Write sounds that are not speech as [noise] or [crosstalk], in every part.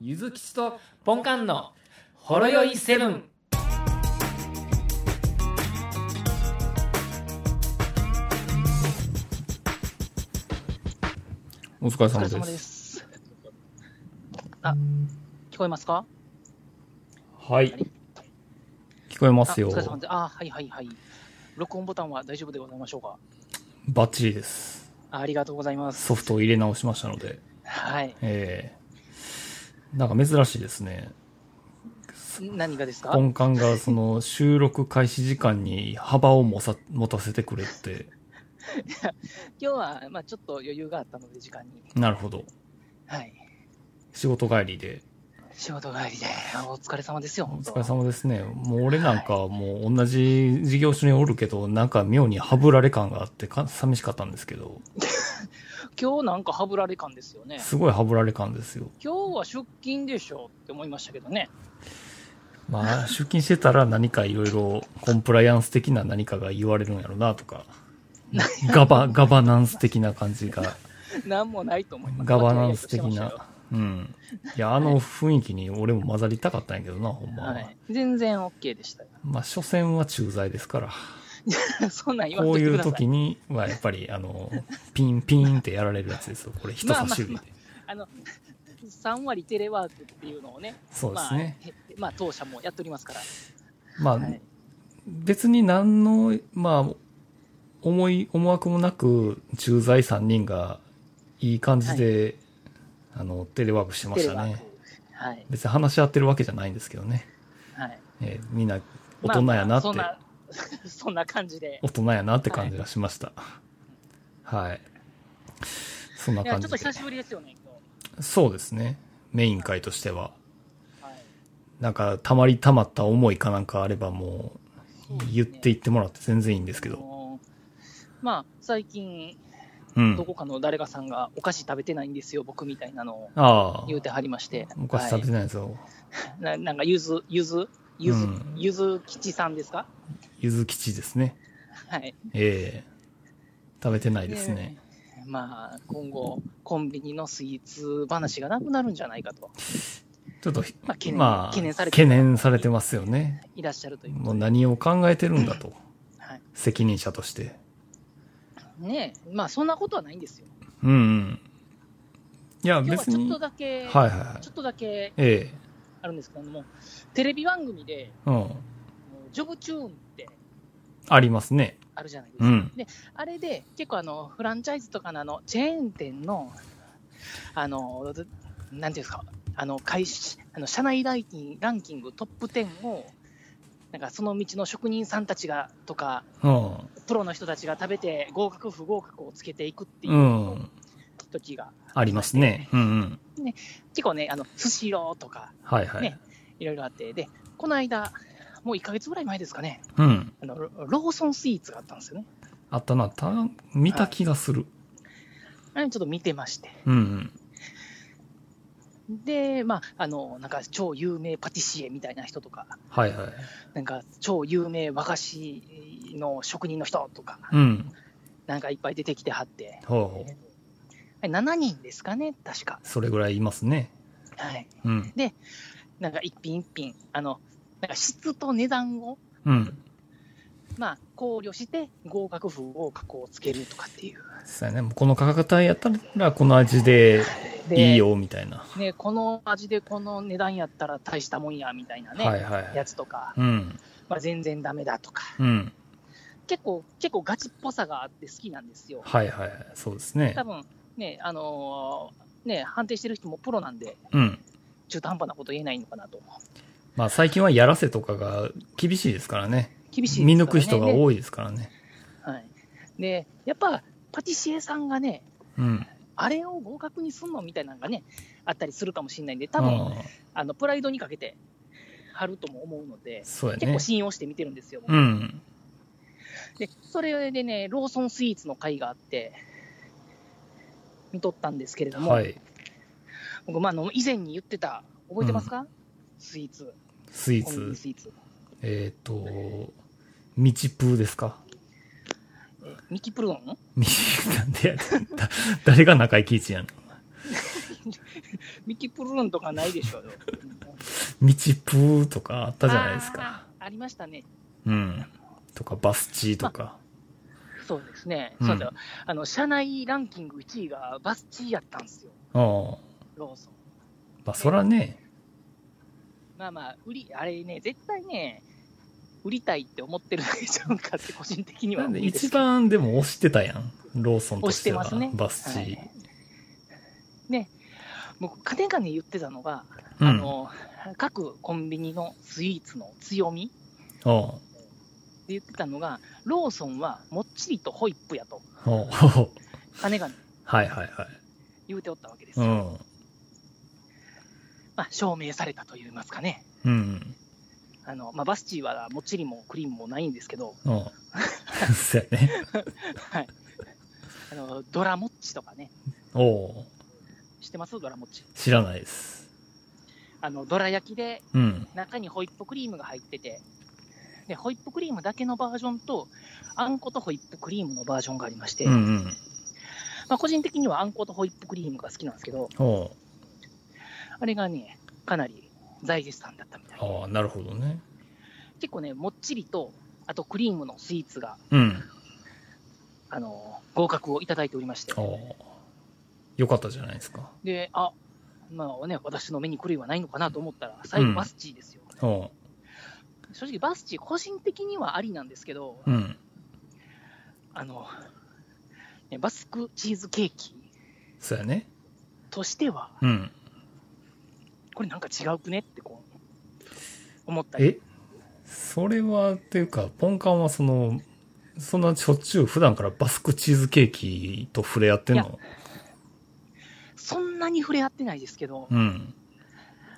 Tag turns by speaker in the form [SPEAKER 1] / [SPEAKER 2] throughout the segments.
[SPEAKER 1] ゆずきちとポンカンのほろよいセブン。
[SPEAKER 2] お疲れ
[SPEAKER 3] お疲
[SPEAKER 2] 様
[SPEAKER 3] れ
[SPEAKER 2] で
[SPEAKER 3] 様
[SPEAKER 2] す。
[SPEAKER 3] です。あ、聞こえますか
[SPEAKER 2] はい。聞こえま
[SPEAKER 3] あ、お
[SPEAKER 2] すよ
[SPEAKER 3] 疲。れ様です。あ、はいはいはい。録音ボタンは大丈夫でございましょうか
[SPEAKER 2] バッチリです。
[SPEAKER 3] あありがとうございます。
[SPEAKER 2] ソフトを入れ直しましたので。
[SPEAKER 3] はい。
[SPEAKER 2] えー、なんか珍しいですね。
[SPEAKER 3] 何がですか
[SPEAKER 2] 本館がその収録開始時間に幅をもさ持たせてくれって。
[SPEAKER 3] 今日は、まあちょっと余裕があったので、時間に。
[SPEAKER 2] なるほど。
[SPEAKER 3] はい。
[SPEAKER 2] 仕事帰りで。
[SPEAKER 3] 仕事帰りで、お疲れ様ですよ、
[SPEAKER 2] お
[SPEAKER 3] 本当
[SPEAKER 2] 疲れ様ですね。もう俺なんかもう同じ事業所におるけど、なんか妙にハブられ感があってか寂しかったんですけど、
[SPEAKER 3] 今日なんかハブられ感ですよね。
[SPEAKER 2] すごいハブられ感ですよ。
[SPEAKER 3] 今日は出勤でしょって思いましたけどね。
[SPEAKER 2] まあ、出勤してたら何かいろいろコンプライアンス的な何かが言われるんやろなとか、ガバ、ガバナンス的な感じが、
[SPEAKER 3] なんもないと思います。
[SPEAKER 2] ガバナンス的
[SPEAKER 3] わちゃわちゃして
[SPEAKER 2] な。うん。いや、あの雰囲気に俺も混ざりたかったんやけどな、ほんま
[SPEAKER 3] ましたよ
[SPEAKER 2] は。
[SPEAKER 3] はい。全然 OK でしたよ。 [laughs]
[SPEAKER 2] まあ、所詮は駐在ですから、
[SPEAKER 3] そんなん言わん
[SPEAKER 2] ことう
[SPEAKER 3] いて
[SPEAKER 2] い
[SPEAKER 3] く
[SPEAKER 2] う
[SPEAKER 3] ださい。
[SPEAKER 2] 時にはやっぱり、あ
[SPEAKER 3] [laughs]
[SPEAKER 2] の、ピンピンってやられるやつですよ。これ人差し指で
[SPEAKER 3] まあ。あの、3割テレワークっていうのをね、
[SPEAKER 2] そうですね。
[SPEAKER 3] まあへ、まあ、当社もやっておりますから。
[SPEAKER 2] まあ、
[SPEAKER 3] はい
[SPEAKER 2] 別に何の、まあ、思い、思惑もなく、駐在3人がいい感じで、あの、テレワークしてま
[SPEAKER 3] テ
[SPEAKER 2] し
[SPEAKER 3] レ
[SPEAKER 2] た
[SPEAKER 3] ワー
[SPEAKER 2] ね
[SPEAKER 3] ク。。はい。
[SPEAKER 2] 別に話し合ってるわけじゃないんですけどね。
[SPEAKER 3] はい。
[SPEAKER 2] えーみんな大人やなって、
[SPEAKER 3] まあまあそんな、 [laughs] そんな感じで。
[SPEAKER 2] 大人やなって感じがしました。はい。そんない
[SPEAKER 3] や、
[SPEAKER 2] 感
[SPEAKER 3] ちょ
[SPEAKER 2] じ
[SPEAKER 3] っ
[SPEAKER 2] で
[SPEAKER 3] と。久しぶりですよね、今
[SPEAKER 2] そうですね。メイン会としては。
[SPEAKER 3] 日。はい。
[SPEAKER 2] なんか、たまりたまった思いかなんかあればもう、言ってい
[SPEAKER 3] い
[SPEAKER 2] ってもらって全然いいんですけど。
[SPEAKER 3] まあ、最近、
[SPEAKER 2] うん
[SPEAKER 3] ど。こかの誰かさんがお菓子食べてないんですよ、僕みたいなのを
[SPEAKER 2] ああ。
[SPEAKER 3] 言うてはりまして。
[SPEAKER 2] お菓子食べて
[SPEAKER 3] は
[SPEAKER 2] ないですよ。
[SPEAKER 3] いななんか、ゆず、ゆず、ゆず、
[SPEAKER 2] うん
[SPEAKER 3] ゆず吉さんですか [laughs]
[SPEAKER 2] ゆず吉ですね。
[SPEAKER 3] はい。
[SPEAKER 2] ええ食べてないですね。
[SPEAKER 3] えー。まあ、今後、コンビニのスイーツ話がなくなるんじゃないかと、
[SPEAKER 2] ちょっと、
[SPEAKER 3] まあ懸念
[SPEAKER 2] まあ、
[SPEAKER 3] 懸念されて
[SPEAKER 2] 懸念されてますよね。
[SPEAKER 3] いらっしゃるという
[SPEAKER 2] もう何を考えてるんだと。
[SPEAKER 3] はい
[SPEAKER 2] 責任者として。
[SPEAKER 3] ねえ、まあ、そんなことはないんですよ。
[SPEAKER 2] うんうん。いや、
[SPEAKER 3] 今日は
[SPEAKER 2] 別
[SPEAKER 3] ちょっ
[SPEAKER 2] に。
[SPEAKER 3] と
[SPEAKER 2] はい
[SPEAKER 3] だけ、
[SPEAKER 2] はいはい
[SPEAKER 3] ちょっとだけ
[SPEAKER 2] え
[SPEAKER 3] あるんですけども、テレビ番組で、
[SPEAKER 2] えうん。
[SPEAKER 3] もうジョブチューンって
[SPEAKER 2] ありますね。
[SPEAKER 3] あるじゃないです
[SPEAKER 2] う
[SPEAKER 3] か。
[SPEAKER 2] ん。
[SPEAKER 3] あれで、結構あの、フランチャイズとかのあのチェーン店の、あの、なんていうんですか、あの、会社あの社内ライキンランキングトップ10を、なんかその道の職人さんたちがとか、
[SPEAKER 2] うん。。
[SPEAKER 3] プロの人たちが食べて合格不合格をつけていくっていううん時が、
[SPEAKER 2] ありますね。うんうん。
[SPEAKER 3] 結構ね、あの、スシローとか
[SPEAKER 2] はいはい。
[SPEAKER 3] ねいろいろあって、で、この間、もう1ヶ月ぐらい前ですかね、
[SPEAKER 2] うん。
[SPEAKER 3] あのロローソンスイーツがあったんですよね。
[SPEAKER 2] あったな。た、見た気がする。
[SPEAKER 3] あれちょっと見てまして。
[SPEAKER 2] うんうん。
[SPEAKER 3] で、まあ、あの、なんか超有名パティシエみたいな人とか、
[SPEAKER 2] はいはい。
[SPEAKER 3] なんか超有名和菓子の職人の人とか、
[SPEAKER 2] うん。
[SPEAKER 3] なんかいっぱい出てきてはって、
[SPEAKER 2] ほうほう。
[SPEAKER 3] あれ7人ですかね、確か。
[SPEAKER 2] それぐらいいますね。
[SPEAKER 3] はい。
[SPEAKER 2] うん。
[SPEAKER 3] なんか一品一品、あの、なんか質と値段を、
[SPEAKER 2] うん。
[SPEAKER 3] まあ、考慮して合格不合格をつけるとかっていう。
[SPEAKER 2] そうやね。もうこの価格帯やったら、この味で
[SPEAKER 3] で
[SPEAKER 2] いいよ、みたいな。
[SPEAKER 3] ね、この味でこの値段やったら大したもんやみたいなね、
[SPEAKER 2] はいはい。
[SPEAKER 3] やつとか、
[SPEAKER 2] うん。
[SPEAKER 3] まあ、全然ダメだとか、
[SPEAKER 2] うん。
[SPEAKER 3] 結構、結構ガチっぽさがあって好きなんですよ。
[SPEAKER 2] はいはいはい。そうですね
[SPEAKER 3] 多。分ね、あのーね、判定してる人もプロなんで、
[SPEAKER 2] うん。
[SPEAKER 3] 中途半端なこと言えないのかなと。
[SPEAKER 2] まあ最近はやらせとかが厳しいですからね。
[SPEAKER 3] 厳しい
[SPEAKER 2] 見抜く人が
[SPEAKER 3] い。
[SPEAKER 2] 多いですからね。
[SPEAKER 3] ではい。で、やっぱ、パティシエさんがね、
[SPEAKER 2] うん。
[SPEAKER 3] あれを合格にすんのみたいなのがね、あったりするかもしれないんで、多
[SPEAKER 2] あ
[SPEAKER 3] 分、
[SPEAKER 2] あ
[SPEAKER 3] あの、プライドにかけて、貼るとも思うので、
[SPEAKER 2] そうや
[SPEAKER 3] 結
[SPEAKER 2] ね
[SPEAKER 3] 構。信用して見てるんですよ。
[SPEAKER 2] うん。
[SPEAKER 3] で、それでね、ローソンスイーツの会があって、見とったんですけれども、
[SPEAKER 2] はい。
[SPEAKER 3] 僕、まあ、あの以前に言ってた、覚えてますか、スイーツ、
[SPEAKER 2] スイー
[SPEAKER 3] コンビニ
[SPEAKER 2] ツ。
[SPEAKER 3] スイーツ。
[SPEAKER 2] えっと、ミチプーですか
[SPEAKER 3] えミキプルドン
[SPEAKER 2] ミなんでやねんだ誰が中井貴一やねん。
[SPEAKER 3] ミキプルーンとかないでしょうよ。
[SPEAKER 2] 道プーとかあったじゃないですか。
[SPEAKER 3] あー。ありましたね。
[SPEAKER 2] うん。とか、バスチーとか。
[SPEAKER 3] そうですね。
[SPEAKER 2] うん
[SPEAKER 3] そうだよ。あの、社内ランキング1位がバスチーやったんですよ。
[SPEAKER 2] ああ。
[SPEAKER 3] ローソン。
[SPEAKER 2] まあ、そらね、
[SPEAKER 3] まあまあ、売り、あれね、絶対ね、売りたいって思ってるだけちゃうんかって、個人的には
[SPEAKER 2] なん
[SPEAKER 3] 思う
[SPEAKER 2] で
[SPEAKER 3] んです
[SPEAKER 2] 一
[SPEAKER 3] けど。
[SPEAKER 2] 番でも押してたやん。ローソンとしては。
[SPEAKER 3] 押してますね
[SPEAKER 2] バスチー。
[SPEAKER 3] はいね、もう、かねかね言ってたのが、
[SPEAKER 2] うん。
[SPEAKER 3] あの、各コンビニのスイーツの強みって
[SPEAKER 2] あ
[SPEAKER 3] 言ってたのが、ローソンはもっちりとホイップやと、
[SPEAKER 2] あ。ああ
[SPEAKER 3] 金が
[SPEAKER 2] [laughs] はいはいはい。
[SPEAKER 3] 言うておったわけです
[SPEAKER 2] う
[SPEAKER 3] よ。
[SPEAKER 2] ん。
[SPEAKER 3] まあ、証明されたと言いますかね。
[SPEAKER 2] うん。
[SPEAKER 3] あの、まあ、バスチーはもっちりもクリームもないんですけど、
[SPEAKER 2] ああ。 [laughs] そうやね。
[SPEAKER 3] はい。あの、ドラモッチとかね、
[SPEAKER 2] おお
[SPEAKER 3] 知ってますドラモッチ。
[SPEAKER 2] う。知らないです。
[SPEAKER 3] あの、ドラ焼きで
[SPEAKER 2] うん。
[SPEAKER 3] 中にホイップクリームが入ってて、で、ホイップクリームだけのバージョンと、あんことホイップクリームのバージョンがありまして、
[SPEAKER 2] うんうん。
[SPEAKER 3] まあ、個人的にはあんことホイップクリームが好きなんですけど、
[SPEAKER 2] おう
[SPEAKER 3] あれがね、かなり大絶賛だったみたいで、
[SPEAKER 2] ああ、なるほどね。
[SPEAKER 3] 結構ね、もっちりと、あとクリームのスイーツが、
[SPEAKER 2] うん。
[SPEAKER 3] あの、合格をいただいておりまして
[SPEAKER 2] あ、あ。よかったじゃないですか。
[SPEAKER 3] で、あ、まあね、私の目に狂いはないのかなと思ったら、最
[SPEAKER 2] う
[SPEAKER 3] 後
[SPEAKER 2] ん
[SPEAKER 3] バスチーですよ。
[SPEAKER 2] おう。
[SPEAKER 3] 正直バスチー個人的にはありなんですけど、
[SPEAKER 2] うん。
[SPEAKER 3] あの、ねバスクチーズケーキ
[SPEAKER 2] そうやね。
[SPEAKER 3] としては、
[SPEAKER 2] うん。
[SPEAKER 3] これなんか違うくねってこう、思ったり。
[SPEAKER 2] えそれは、っていうか、ポンカンはその、そんなしょっちゅう普段からバスクチーズケーキと触れ合ってん
[SPEAKER 3] い
[SPEAKER 2] の
[SPEAKER 3] そんなに触れ合ってないですけど、
[SPEAKER 2] うん。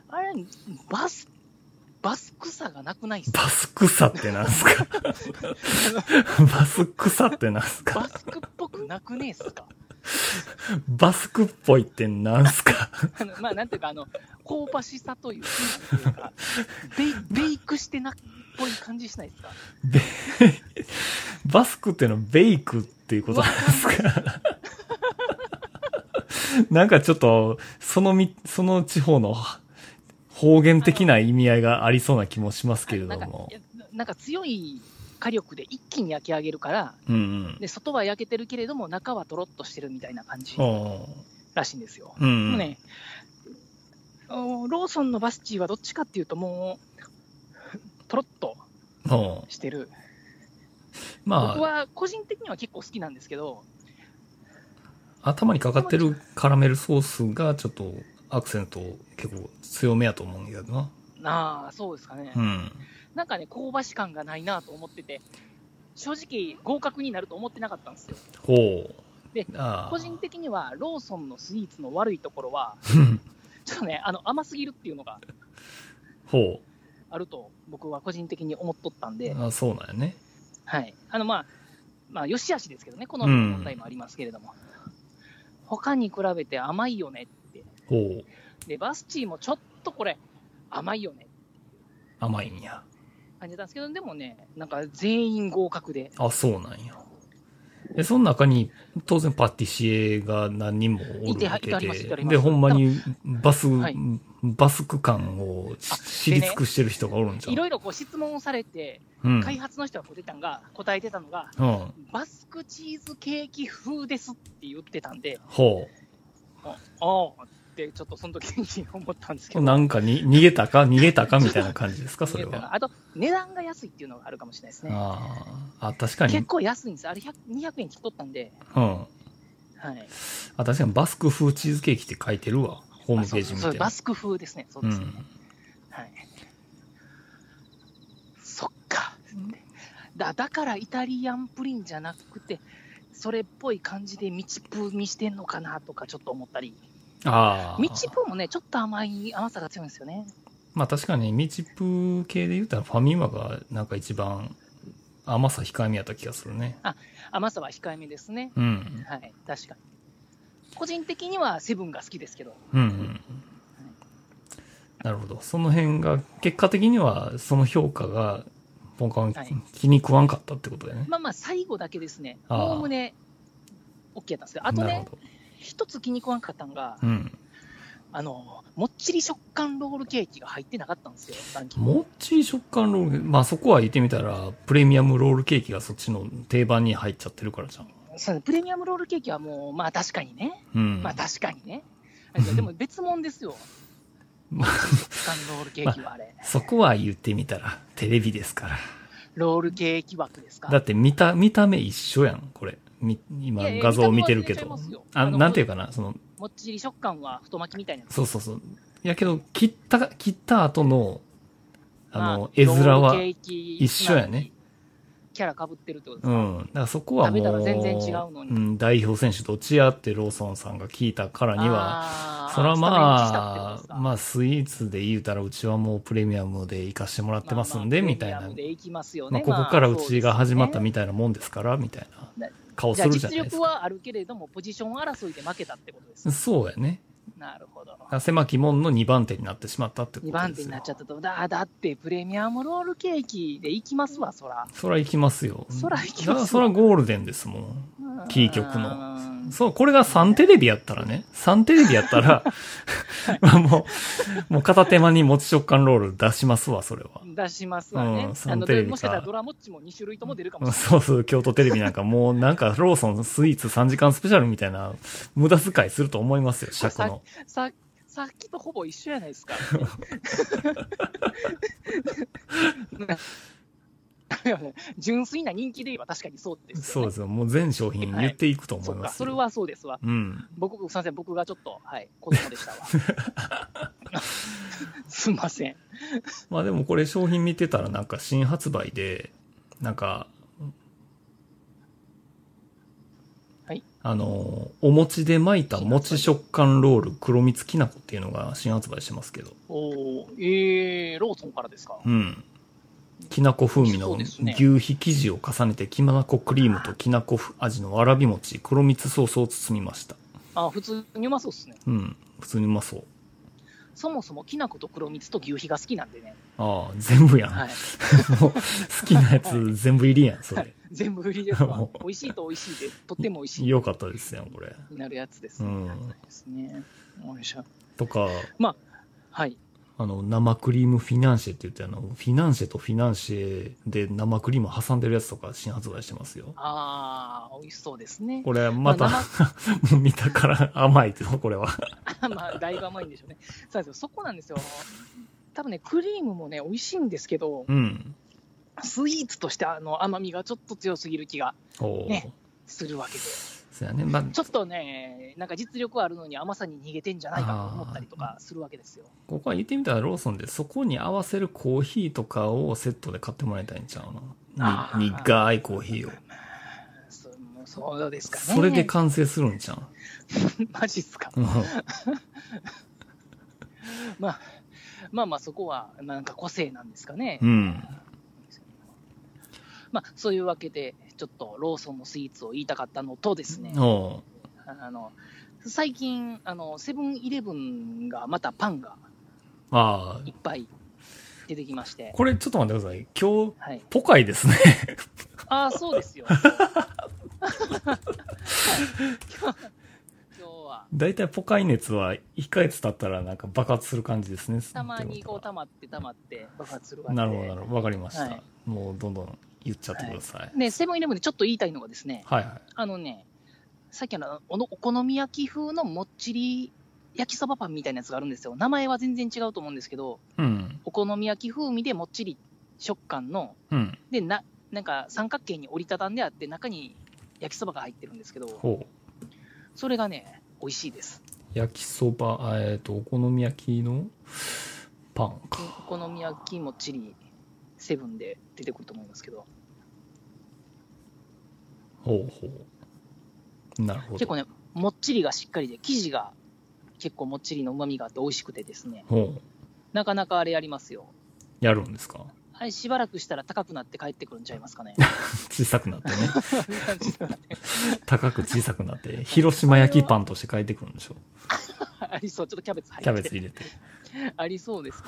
[SPEAKER 3] あれ、バス、バスクさがなくないっす
[SPEAKER 2] バスクさってなんす
[SPEAKER 3] [laughs]
[SPEAKER 2] かバスクさってなんす
[SPEAKER 3] バ
[SPEAKER 2] か
[SPEAKER 3] スクっぽくなくねえっすか [laughs]
[SPEAKER 2] バスクっぽいってなんすか
[SPEAKER 3] あのまあ、なんていうか、あの、香ばしさというか、ベイベイクしてなっぽい感じしないですか
[SPEAKER 2] ベバスクっていうのはベイクっていうことなんです
[SPEAKER 3] [laughs]
[SPEAKER 2] かなんかちょっと、そのみ、その地方の方言的な意味合いがありそうな気もしますけれど
[SPEAKER 3] なんか
[SPEAKER 2] も
[SPEAKER 3] い。やなんか強い火力で一気に焼き上げるから、
[SPEAKER 2] うんうん。
[SPEAKER 3] で外は焼けてるけれども、中はとろっとしてるみたいな感じ
[SPEAKER 2] おー
[SPEAKER 3] らしいんですよ。
[SPEAKER 2] うんう
[SPEAKER 3] でも
[SPEAKER 2] ん。
[SPEAKER 3] ね、おローソンのバスチーはどっちかっていうと、もう、とろっと
[SPEAKER 2] おー
[SPEAKER 3] してる、僕
[SPEAKER 2] ま
[SPEAKER 3] は個人的には結構好きなんですけど、
[SPEAKER 2] あ、頭にかかってるカラメルソースがちょっとアクセント結構強めやと思うんやけどな。
[SPEAKER 3] ああ、そうですかね、
[SPEAKER 2] うん。
[SPEAKER 3] なんかね、香ばし感がないなと思ってて、正直、合格になると思ってなかったんですよ。
[SPEAKER 2] ほう。
[SPEAKER 3] で
[SPEAKER 2] ああ
[SPEAKER 3] 個人的には、ローソンのスイーツの悪いところは、ちょっとね、あの甘すぎるっていうのが
[SPEAKER 2] ほ
[SPEAKER 3] あると、僕は個人的に思っとったんで、
[SPEAKER 2] う。あそうなんやね。
[SPEAKER 3] はい。あの、まあ、まあ、よしあしですけどね、この問題もありますけれども、他に比べて甘いよねって、
[SPEAKER 2] ほう。
[SPEAKER 3] で、バスチーもちょっとこれ、甘いよねって
[SPEAKER 2] 甘いんや。
[SPEAKER 3] 感じたんですけど、でもね、なんか全員合格で、
[SPEAKER 2] あ、そうなんや。え、その中に、当然パティシエが何人もお
[SPEAKER 3] い
[SPEAKER 2] る
[SPEAKER 3] ては
[SPEAKER 2] わ
[SPEAKER 3] いて
[SPEAKER 2] け
[SPEAKER 3] はりますいては
[SPEAKER 2] で、
[SPEAKER 3] ります
[SPEAKER 2] で、ほんまにバス、
[SPEAKER 3] はい
[SPEAKER 2] バス区間をし知り尽くしてる人がおるんじゃん。
[SPEAKER 3] いろいろこう質問をされて、
[SPEAKER 2] うん。
[SPEAKER 3] 開発の人がこう出たんが、答えてたのが、
[SPEAKER 2] うん。
[SPEAKER 3] バスクチーズケーキ風ですって言ってたんで、
[SPEAKER 2] ほ
[SPEAKER 3] ああーって、ちょっとその時に思ったんです
[SPEAKER 2] う。
[SPEAKER 3] けど。
[SPEAKER 2] なんかに、逃げたか逃げたかみたいな感じですかそれ
[SPEAKER 3] 見えたな
[SPEAKER 2] は。
[SPEAKER 3] あと、値段が安いっていうのがあるかもしれないですね。
[SPEAKER 2] ああ。あ、確かに。う
[SPEAKER 3] 結
[SPEAKER 2] ん。
[SPEAKER 3] 構安いんです。あれ100 200円切っとったんで、
[SPEAKER 2] あ、
[SPEAKER 3] はい。
[SPEAKER 2] 確かにバスク風チーズケーキって書いてるわ。ホームページ見
[SPEAKER 3] あそうそう
[SPEAKER 2] て。
[SPEAKER 3] バスク風ですね。そう
[SPEAKER 2] う
[SPEAKER 3] ですね。
[SPEAKER 2] ん。
[SPEAKER 3] はい。そっか。だだからイタリアンプリンじゃなくて、それっぽい感じで道風にしてんのかなとかちょっと思ったり、
[SPEAKER 2] ああ。
[SPEAKER 3] 道風もね、ちょっと甘い甘さが強いんですよね。
[SPEAKER 2] まあ確かに、ミチプー系で言ったらファミマがなんか一番甘さ控えめやった気がするね。
[SPEAKER 3] 甘さは控えめですね。
[SPEAKER 2] うん。
[SPEAKER 3] はい、確かに。個人的にはセブンが好きですけど、
[SPEAKER 2] うん、うん。なるほど。その辺が、結果的にはその評価が、ポンカン
[SPEAKER 3] はい
[SPEAKER 2] 気に食わんかったってことだよね。
[SPEAKER 3] まあまあ最後だけですね、
[SPEAKER 2] あー
[SPEAKER 3] おおむね OK やったんですけど、あと
[SPEAKER 2] なる
[SPEAKER 3] ね、
[SPEAKER 2] ほど。
[SPEAKER 3] 一つ気に食わんかったのが、
[SPEAKER 2] うん。
[SPEAKER 3] あの、もっちり食感ロールケーキが入ってなかったんですよ、ランキング。
[SPEAKER 2] もっちり食感ロールケーキ。まあそこは言ってみたら、プレミアムロールケーキがそっちの定番に入っちゃってるからじゃん。
[SPEAKER 3] そうプレミアムロールケーキはもう、まあ確かにね。
[SPEAKER 2] うん。
[SPEAKER 3] まあ確かにね。あれでも別物ですよ。
[SPEAKER 2] まあ
[SPEAKER 3] 食感ロールケーキはあれ。
[SPEAKER 2] そこは言ってみたら、テレビですから。
[SPEAKER 3] ロールケーキ枠ですか
[SPEAKER 2] だって見た、見た目一緒やん、これ。み今
[SPEAKER 3] いやいや
[SPEAKER 2] 画像を見てるけ
[SPEAKER 3] 見た
[SPEAKER 2] ど
[SPEAKER 3] 目は全然違います
[SPEAKER 2] あ、
[SPEAKER 3] よ。あの
[SPEAKER 2] なんていうかな、その、
[SPEAKER 3] もっちり食感は太巻きみたいなやつ。
[SPEAKER 2] そうそうそう。やけど、切った、切った後の、あ
[SPEAKER 3] ま
[SPEAKER 2] の、絵面は
[SPEAKER 3] ロール、ケーキ
[SPEAKER 2] 一緒やね。
[SPEAKER 3] キャラかぶってるってことです
[SPEAKER 2] う
[SPEAKER 3] か、
[SPEAKER 2] ん。だからそこはもう、
[SPEAKER 3] 食べたら全然違うのに
[SPEAKER 2] うん、代表選手どっちやってローソンさんが聞いたからには、
[SPEAKER 3] あー
[SPEAKER 2] そら
[SPEAKER 3] スタメンにしたってこと
[SPEAKER 2] ま
[SPEAKER 3] です
[SPEAKER 2] あ、
[SPEAKER 3] か
[SPEAKER 2] まあスイーツで言うたらうちはもうプレミアムで行かしてもらってますんで、
[SPEAKER 3] まあ
[SPEAKER 2] みたい
[SPEAKER 3] プレミア
[SPEAKER 2] な
[SPEAKER 3] ム。で行きますよ
[SPEAKER 2] ま
[SPEAKER 3] ね
[SPEAKER 2] あ、ここから
[SPEAKER 3] ま
[SPEAKER 2] う
[SPEAKER 3] あ
[SPEAKER 2] ちが始まった
[SPEAKER 3] そうで
[SPEAKER 2] みたいなもんですから、みたいな
[SPEAKER 3] ね
[SPEAKER 2] 顔す
[SPEAKER 3] すね
[SPEAKER 2] るじゃない
[SPEAKER 3] じゃあ
[SPEAKER 2] で
[SPEAKER 3] 実
[SPEAKER 2] す
[SPEAKER 3] 力
[SPEAKER 2] か。
[SPEAKER 3] はあるけれども、ポジション争いで負けたってことです。
[SPEAKER 2] そうやね。
[SPEAKER 3] なるほど。
[SPEAKER 2] だから狭き門の2番手になってしまったってことで
[SPEAKER 3] 2
[SPEAKER 2] すよ。
[SPEAKER 3] 番手になっちゃったと。だだって、プレミアムロールケーキで行きますわ、そら。
[SPEAKER 2] そら行きますよ。
[SPEAKER 3] そら行きます
[SPEAKER 2] だ
[SPEAKER 3] よ
[SPEAKER 2] からそらゴールデンですもん。キー局の
[SPEAKER 3] の
[SPEAKER 2] そう、これが3テレビやったらね。3テレビやった
[SPEAKER 3] [laughs]
[SPEAKER 2] ら、まあもう、もう片手間に持ち食感ロール出しますわ、それは。
[SPEAKER 3] 出しますわね
[SPEAKER 2] うん。
[SPEAKER 3] あの
[SPEAKER 2] サンテレビか
[SPEAKER 3] もしかしたらドラモッチも2種類とも出るかもしれない。
[SPEAKER 2] そうそう、京都テレビなんかもうなんかローソンスイーツ3時間スペシャルみたいな無駄遣いすると思いますよ、尺の。
[SPEAKER 3] ささっきとほぼ一緒やないで
[SPEAKER 2] [laughs]
[SPEAKER 3] すか。 [laughs] 純粋な人気で言えば確かにそうです
[SPEAKER 2] そう
[SPEAKER 3] よ、ね。
[SPEAKER 2] ですよ。もう全商品言っていくと思い
[SPEAKER 3] そっ
[SPEAKER 2] ま
[SPEAKER 3] か、
[SPEAKER 2] すよ。
[SPEAKER 3] それ。はそうですわ。
[SPEAKER 2] うん。
[SPEAKER 3] 僕、すみません、僕がちょっと、はい、子供でしたわ。
[SPEAKER 2] [laughs]
[SPEAKER 3] すみません。
[SPEAKER 2] まあでもこれ商品見てたらなんか新発売で、なんか、
[SPEAKER 3] はい。
[SPEAKER 2] あの、お餅で巻いた餅食感ロール黒蜜きな粉っていうのが新発売してますけど。
[SPEAKER 3] おーえー、ローソンからですか。
[SPEAKER 2] うん。きなこ風味
[SPEAKER 3] そ
[SPEAKER 2] の
[SPEAKER 3] うですね
[SPEAKER 2] 牛皮生地を重ねて、きなこクリームときなこ味のわらび餅、黒蜜ソースを包みました。
[SPEAKER 3] あ、普通にうまそうっすね。
[SPEAKER 2] うん。普通にうまそう。
[SPEAKER 3] そもそもきな粉と黒蜜と牛皮が好きなんでね。
[SPEAKER 2] ああ、全部やん。
[SPEAKER 3] はい。
[SPEAKER 2] [laughs] もう好きなやつ全部入りやん、それ。
[SPEAKER 3] 全部売りで
[SPEAKER 2] [laughs]
[SPEAKER 3] すわ。美味しいと美味しいで、とっても美味しい
[SPEAKER 2] よかったですやん、これ。
[SPEAKER 3] になるやつです
[SPEAKER 2] う
[SPEAKER 3] ね。
[SPEAKER 2] ん。
[SPEAKER 3] ですね。よいしょ。
[SPEAKER 2] とか、
[SPEAKER 3] はい。
[SPEAKER 2] あの、生クリームフィナンシェって言って、あの、フィナンシェとフィナンシェで生クリーム挟んでるやつとか新発売してますよ。
[SPEAKER 3] ああ、美味しそうですね。
[SPEAKER 2] これ、また、
[SPEAKER 3] ま
[SPEAKER 2] もう [laughs] 見たから甘いけど、これは。
[SPEAKER 3] [laughs] まあ、だいぶ甘いんでしょうね。そうなんですよ。そこなんですよ。多分ね、クリームもね、美味しいんですけど、
[SPEAKER 2] うん。
[SPEAKER 3] スイーツとしてあの甘みがちょっと強すぎる気が
[SPEAKER 2] おお、
[SPEAKER 3] ねするわけで、
[SPEAKER 2] そうやね。まあ、
[SPEAKER 3] ちょっとね、なんか実力はあるのに甘さに逃げてんじゃないかと思ったりとかするわけですよ。
[SPEAKER 2] ここは言ってみたらローソンで、そこに合わせるコーヒーとかをセットで買ってもらいたいんちゃう
[SPEAKER 3] あ
[SPEAKER 2] の
[SPEAKER 3] ー
[SPEAKER 2] に苦いコーヒーを。
[SPEAKER 3] そうもうそうですかね。
[SPEAKER 2] それで完成するんちゃ
[SPEAKER 3] [laughs] マジっすか。
[SPEAKER 2] ううん
[SPEAKER 3] まあ、まあまあ、そこは、まあ、なんか個性なんですかね。
[SPEAKER 2] うん。
[SPEAKER 3] まあ、そういうわけで、ちょっとローソンのスイーツを言いたかったのとですね、
[SPEAKER 2] おう
[SPEAKER 3] あの最近、あのセブンイレブンがまたパンが
[SPEAKER 2] ああ
[SPEAKER 3] いっ、ぱい出てきまして、
[SPEAKER 2] これちょっと待ってください。今日、
[SPEAKER 3] はい、
[SPEAKER 2] ポカイですね。 [laughs]
[SPEAKER 3] ああ、そうですよ。今日は
[SPEAKER 2] だいたいポカイ熱は1ヶ月経ったらなんか爆発する感じですね。
[SPEAKER 3] たまにこう
[SPEAKER 2] ま
[SPEAKER 3] 溜まって溜まって爆発するわけで
[SPEAKER 2] なるほど、なるほど。わかりました。
[SPEAKER 3] はい
[SPEAKER 2] もうどんどん言っちゃってください。はい、
[SPEAKER 3] でセブンイレブンでちょっと言いたいのがですね、
[SPEAKER 2] はい、はい。
[SPEAKER 3] あのね、さっきのおのお好み焼き風のもっちり焼きそばパンみたいなやつがあるんですよ。名前は全然違うと思うんですけど、
[SPEAKER 2] うん。
[SPEAKER 3] お好み焼き風味でもっちり食感の、
[SPEAKER 2] うん。
[SPEAKER 3] で、な、なんか三角形に折りたたんであって、中に焼きそばが入ってるんですけど、
[SPEAKER 2] ほう。
[SPEAKER 3] それがね、美味しいです。
[SPEAKER 2] 焼きそば、あえっ、と、お好み焼きのパンか。
[SPEAKER 3] お好み焼きもっちりセブンで出てくると思いますけど、
[SPEAKER 2] ほうほう。なるほ
[SPEAKER 3] 結
[SPEAKER 2] ど。
[SPEAKER 3] 構ね、もっちりがしっかりで、生地が結構もっちりの旨味があって美味しくてですね、
[SPEAKER 2] ほう。
[SPEAKER 3] なかなかあれやりますよ。
[SPEAKER 2] やるんですか [laughs]
[SPEAKER 3] はい、しばらくしたら高くなって帰ってくるんちゃいますかね。
[SPEAKER 2] 小さくなってね。高く小さくなって、広島焼きパンとして変えてくるんでしょ。
[SPEAKER 3] ありそう、ちょっとキャベツ入って
[SPEAKER 2] キャベツ入れて。
[SPEAKER 3] ありそうです、ね。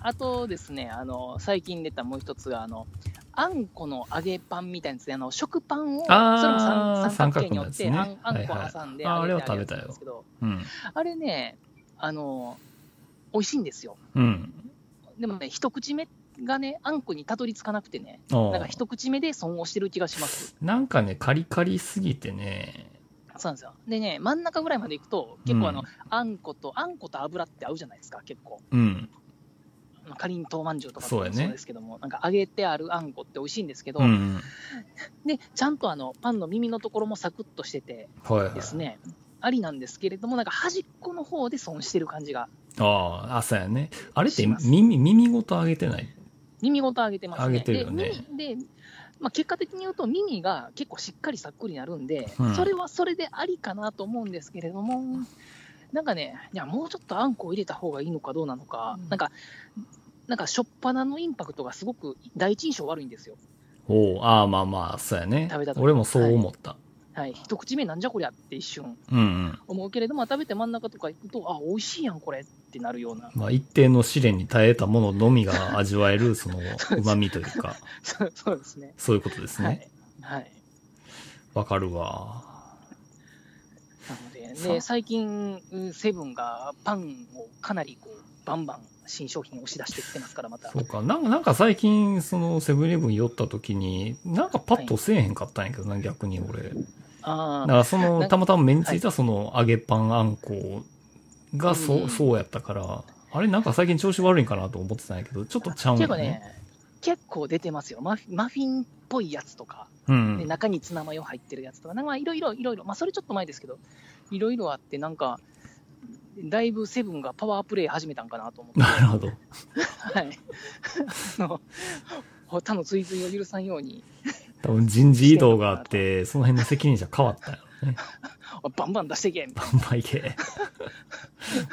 [SPEAKER 3] あとですね、あの、最近出たもう一つが、あの、あんこの揚げパンみたいなやつで、あの、食パンを、それ
[SPEAKER 2] あー
[SPEAKER 3] も三三角形に折って、
[SPEAKER 2] 三角
[SPEAKER 3] あ
[SPEAKER 2] のやつね
[SPEAKER 3] んあんこ
[SPEAKER 2] はいはい
[SPEAKER 3] 挟んで
[SPEAKER 2] あー
[SPEAKER 3] 揚げて
[SPEAKER 2] あれは
[SPEAKER 3] ある
[SPEAKER 2] 食べ
[SPEAKER 3] やつ
[SPEAKER 2] たよ
[SPEAKER 3] なんですけど、
[SPEAKER 2] うん。
[SPEAKER 3] あれね、あの、美味しいんですよ。
[SPEAKER 2] うん。
[SPEAKER 3] でもね、一口目がね、あんこにたどり着かなくてね、
[SPEAKER 2] あ
[SPEAKER 3] なんか
[SPEAKER 2] あ
[SPEAKER 3] 一口目で損をしてる気がします。
[SPEAKER 2] なんかね、カリカリすぎてね、
[SPEAKER 3] そうなんですよ。でね、真ん中ぐらいまで行くと、結構あの、
[SPEAKER 2] うん
[SPEAKER 3] あんこと、あんこと油って合うじゃないですか、結構。
[SPEAKER 2] うん。
[SPEAKER 3] まあ、かりんとうまんじゅうとか
[SPEAKER 2] そう
[SPEAKER 3] も
[SPEAKER 2] や
[SPEAKER 3] そう
[SPEAKER 2] ね
[SPEAKER 3] ですけども、なんか揚げてあるあんこって美味しいんですけど、
[SPEAKER 2] うん。
[SPEAKER 3] で、ちゃんとあの、パンの耳のところもサクッとしてて
[SPEAKER 2] はい、はい。
[SPEAKER 3] ですね、ありなんですけれども、なんか端っこの方で損してる感じが、
[SPEAKER 2] ああ、あ、そうやね。あれって
[SPEAKER 3] します
[SPEAKER 2] 耳、耳ごと上げてない。
[SPEAKER 3] 耳ごと揚げてます
[SPEAKER 2] 揚
[SPEAKER 3] ね。
[SPEAKER 2] げてるよね
[SPEAKER 3] で、耳でまあ、結果的に言うと耳が結構しっかりさっくりなるんで、
[SPEAKER 2] うん
[SPEAKER 3] それはそれでありかなと思うんですけれども、なんかね、いや、もうちょっとあんこを入れた方がいいのかどうなのか、なんか、なんか、しょっぱなのインパクトがすごく第一印象悪いんですよ。
[SPEAKER 2] おおああ、まあまあ、そうやね
[SPEAKER 3] 食べた。時
[SPEAKER 2] 俺もそう思った。
[SPEAKER 3] はい、一口目なんじゃこりゃって一瞬
[SPEAKER 2] うんうん。
[SPEAKER 3] 思うけれども、食べて真ん中とか行くと、あ、美味しいやん、これってなるような、 [laughs]
[SPEAKER 2] まあ、一定の試練に耐えたもののみが味わえる、
[SPEAKER 3] [laughs]
[SPEAKER 2] その、旨味というか、
[SPEAKER 3] そうそうですね。
[SPEAKER 2] そういうことですね。
[SPEAKER 3] はい。はい。
[SPEAKER 2] わ、かるわ。
[SPEAKER 3] なので、
[SPEAKER 2] そう
[SPEAKER 3] で最近、うんセブンがパンをかなりこうバンバン新商品を押し出してきてますから、また。
[SPEAKER 2] そうか。なんか、なんか最近、その、セブンイレブン寄った時に、なんかパッとせえへんかったんやけどな、逆に俺。だか
[SPEAKER 3] ああ、
[SPEAKER 2] ら、その、
[SPEAKER 3] な
[SPEAKER 2] たまたま目についたその、揚げパンあんこが、そう、
[SPEAKER 3] うん
[SPEAKER 2] そうやったから、あれ、なんか最近調子悪いんかなと思ってたんやけど、ちょっとちゃうん
[SPEAKER 3] て
[SPEAKER 2] や
[SPEAKER 3] いうかね、結構出てますよ。マフマフィンっぽいやつとか、
[SPEAKER 2] うん
[SPEAKER 3] で中にツナマヨ入ってるやつとか、なんかまあいろいろ、いろいろ、まあそれちょっと前ですけど、いろいろあって、なんか、だいぶセブンがパワープレイ始めたんかなと
[SPEAKER 2] [laughs]
[SPEAKER 3] 思って。
[SPEAKER 2] なるほど。
[SPEAKER 3] はい。 [laughs] あの、他の追随を許さんように、
[SPEAKER 2] 多分人事異動があって、その辺の責任者変わったよね。
[SPEAKER 3] バンバン出していけみたい
[SPEAKER 2] バンバンいけ。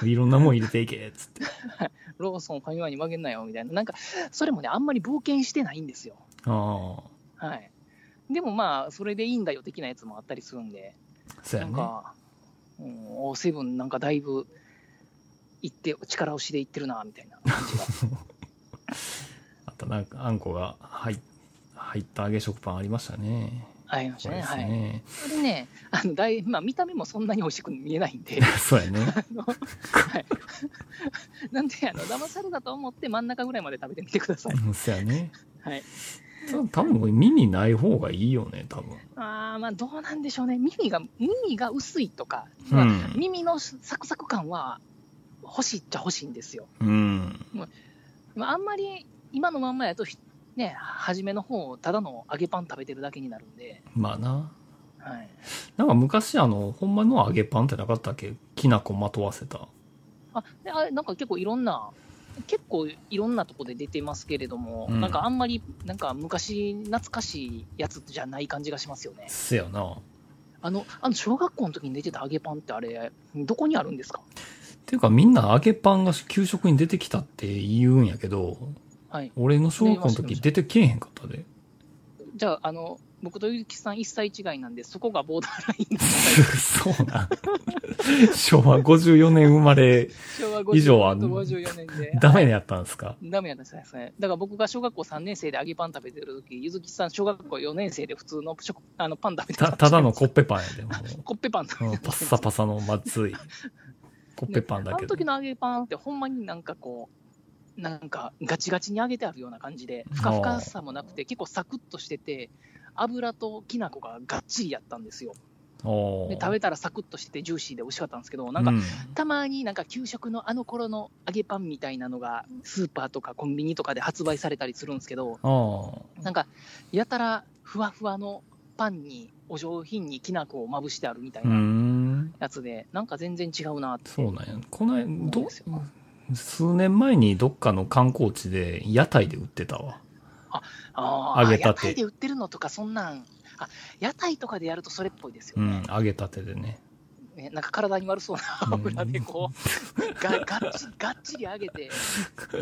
[SPEAKER 2] いろんなもん入れていけ、つって。
[SPEAKER 3] な。ローソン、ファミマに負けんなよ、みたいな。なんか、それもね、あんまり冒険してないんですよ。
[SPEAKER 2] ああ、
[SPEAKER 3] はい。でもまあ、それでいいんだよ、的なやつもあったりするんで、
[SPEAKER 2] そう
[SPEAKER 3] な
[SPEAKER 2] や
[SPEAKER 3] ん
[SPEAKER 2] ね。
[SPEAKER 3] か、うん、おセブンなんかだいぶ、行って、力押しで行ってるな、みたいな感
[SPEAKER 2] [laughs]
[SPEAKER 3] じが。
[SPEAKER 2] あとなんか、あんこが入っ入った揚げ食パンありましたね。
[SPEAKER 3] ありまし
[SPEAKER 2] そ
[SPEAKER 3] た
[SPEAKER 2] う
[SPEAKER 3] ね。
[SPEAKER 2] です
[SPEAKER 3] は
[SPEAKER 2] ね。
[SPEAKER 3] い。それでね、あの、だいまあ、見た目もそんなに美味しく見えないんで。 [laughs]
[SPEAKER 2] [laughs] そうやね。
[SPEAKER 3] あのはい、なんであの騙されたと思って真ん中ぐらいまで食べてみてください。
[SPEAKER 2] うんそうやね。
[SPEAKER 3] はい、
[SPEAKER 2] た多分耳ない方がいいよね、多分。
[SPEAKER 3] あーまあどうなんでしょうね、耳が耳が薄いとか、
[SPEAKER 2] う
[SPEAKER 3] まあ
[SPEAKER 2] ん。
[SPEAKER 3] 耳のサクサク感は欲しいっちゃ欲しいんですよ。
[SPEAKER 2] うん。
[SPEAKER 3] まああんまり今のまんまやと、ひね、初めの方ただの揚げパン食べてるだけになるんで、
[SPEAKER 2] まあな。
[SPEAKER 3] はい、
[SPEAKER 2] なんか昔あの、ほんまの揚げパンってなかったっけきな粉まとわせた。
[SPEAKER 3] あであれなんか結構いろんな。結構いろんなとこで出てますけれども、
[SPEAKER 2] うん
[SPEAKER 3] なんかあんまり、なんか昔懐かしいやつじゃない感じがしますよね。
[SPEAKER 2] せやな。
[SPEAKER 3] あの、あの小学校の時に出てた揚げパンってあれ、どこにあるんですか
[SPEAKER 2] っていうかみんな揚げパンが給食に出てきたって言うんやけど、
[SPEAKER 3] はい。
[SPEAKER 2] 俺の小学校の
[SPEAKER 3] 出ま
[SPEAKER 2] 時
[SPEAKER 3] した
[SPEAKER 2] 出てけえへんかったで。
[SPEAKER 3] じゃあ、あの、僕とゆきさん一切違いなんで、そこがボーダーラインです。
[SPEAKER 2] そうなん。 [laughs] 昭和54年生まれ、
[SPEAKER 3] [laughs] 昭和
[SPEAKER 2] 以上は
[SPEAKER 3] 54
[SPEAKER 2] [laughs]
[SPEAKER 3] 年で。
[SPEAKER 2] ダメやったんですか
[SPEAKER 3] ダメやったんですね。だから僕が小学校3年生で揚げパン食べてる時ゆずきさん小学校4年生で普通の食あのパン食べて
[SPEAKER 2] た、ただのコ
[SPEAKER 3] コ
[SPEAKER 2] ッペパンやで、も
[SPEAKER 3] [laughs] コッペパン食
[SPEAKER 2] う。
[SPEAKER 3] べ
[SPEAKER 2] うん
[SPEAKER 3] てた
[SPEAKER 2] パッサパサのまずい。コッペパンだ
[SPEAKER 3] あ
[SPEAKER 2] け
[SPEAKER 3] の
[SPEAKER 2] ど
[SPEAKER 3] 時。の揚げパンってほんまになんかこう、なんかガチガチに揚げてあるような感じで、ふかふかさもなくて、結構サクッとしてて、油ときな粉ががっちりやったんですよ。
[SPEAKER 2] お
[SPEAKER 3] で
[SPEAKER 2] ー
[SPEAKER 3] 食べたらサクッとしててジューシーで美味しかったんですけど、なんか、
[SPEAKER 2] うん
[SPEAKER 3] たまになんか給食のあの頃の揚げパンみたいなのが、スーパーとかコンビニとかで発売されたりするんですけど、
[SPEAKER 2] あー
[SPEAKER 3] なんか、やたらふわふわのパンに、お上品にきな粉をまぶしてあるみたいう
[SPEAKER 2] ー。
[SPEAKER 3] なんやつで、なんか全然違うなって。
[SPEAKER 2] そうなんや。この間、
[SPEAKER 3] そう
[SPEAKER 2] ど
[SPEAKER 3] ですよ、
[SPEAKER 2] 数年前にどっかの観光地で屋台で売ってたわ。
[SPEAKER 3] ああ、
[SPEAKER 2] 揚げたて
[SPEAKER 3] 屋台で売ってるのとか、そんなん、あ屋台とかでやるとそれっぽいですよ
[SPEAKER 2] う
[SPEAKER 3] ね
[SPEAKER 2] ん。、揚げたてでね。
[SPEAKER 3] ねなんか体に悪そうな油でこ
[SPEAKER 2] [laughs]
[SPEAKER 3] う、ががっちりがっちり揚げて、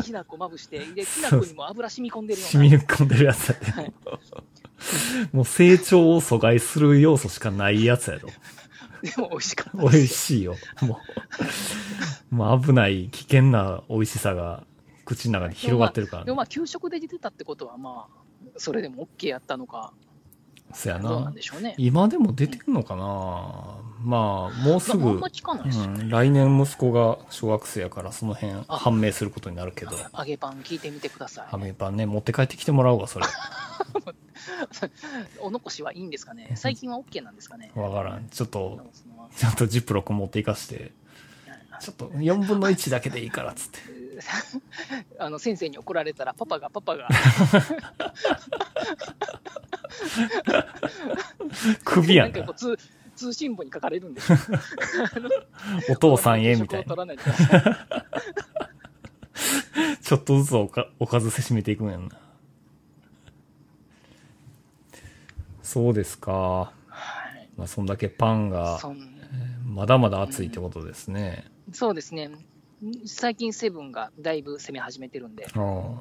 [SPEAKER 3] きな粉まぶして、できな粉にも油染み込んでるよう
[SPEAKER 2] 染
[SPEAKER 3] な
[SPEAKER 2] み込んでるやつやで、
[SPEAKER 3] はい
[SPEAKER 2] [laughs] もう成長を阻害する要素しかないやつやろ。
[SPEAKER 3] [laughs] でも美味しかった
[SPEAKER 2] 美味
[SPEAKER 3] です
[SPEAKER 2] しいよ。もう、もう危ない、危険な美味しさが口の中に広がってるから
[SPEAKER 3] よ。
[SPEAKER 2] ね、
[SPEAKER 3] でもまあ、給食で出てたってことは、まあ、それでも OK やったのか、
[SPEAKER 2] そや
[SPEAKER 3] どうなん
[SPEAKER 2] な
[SPEAKER 3] で。しょうね。
[SPEAKER 2] 今でも出てんのかなまあ、もうす
[SPEAKER 3] まああん
[SPEAKER 2] ぐ
[SPEAKER 3] ま、聞かないですよ。
[SPEAKER 2] うん、来年息子が小学生やから、その辺
[SPEAKER 3] あ
[SPEAKER 2] 判明することになるけど。
[SPEAKER 3] 揚げパン聞いてみてくださ
[SPEAKER 2] ハメパンね、持って帰ってきてもらうわ、それ。
[SPEAKER 3] い。お残しはいいんですかね最近は OK なんですかね
[SPEAKER 2] わからん。ちょっ
[SPEAKER 3] なん
[SPEAKER 2] と
[SPEAKER 3] か、その
[SPEAKER 2] ちゃんとジップロック持っていかして、ちょっと4分の1だけでいいから、つって。
[SPEAKER 3] あの先生に怒られたら、パパが、パ
[SPEAKER 2] [laughs]
[SPEAKER 3] パが、
[SPEAKER 2] 首や
[SPEAKER 3] なん
[SPEAKER 2] ん
[SPEAKER 3] かこ
[SPEAKER 2] な
[SPEAKER 3] う。通通信簿に書かれるんでしょ。
[SPEAKER 2] お父さんへ、みたい
[SPEAKER 3] 食を取
[SPEAKER 2] な。
[SPEAKER 3] らないでください
[SPEAKER 2] ちょっとずつおかおかずせしめていくんやんな。そうですか。
[SPEAKER 3] はい
[SPEAKER 2] まあ、そんだけパンが、
[SPEAKER 3] そん
[SPEAKER 2] まだまだ熱いってことですね。
[SPEAKER 3] そうですね。最近セブンがだいぶ攻め始めてるんで、
[SPEAKER 2] ああ
[SPEAKER 3] は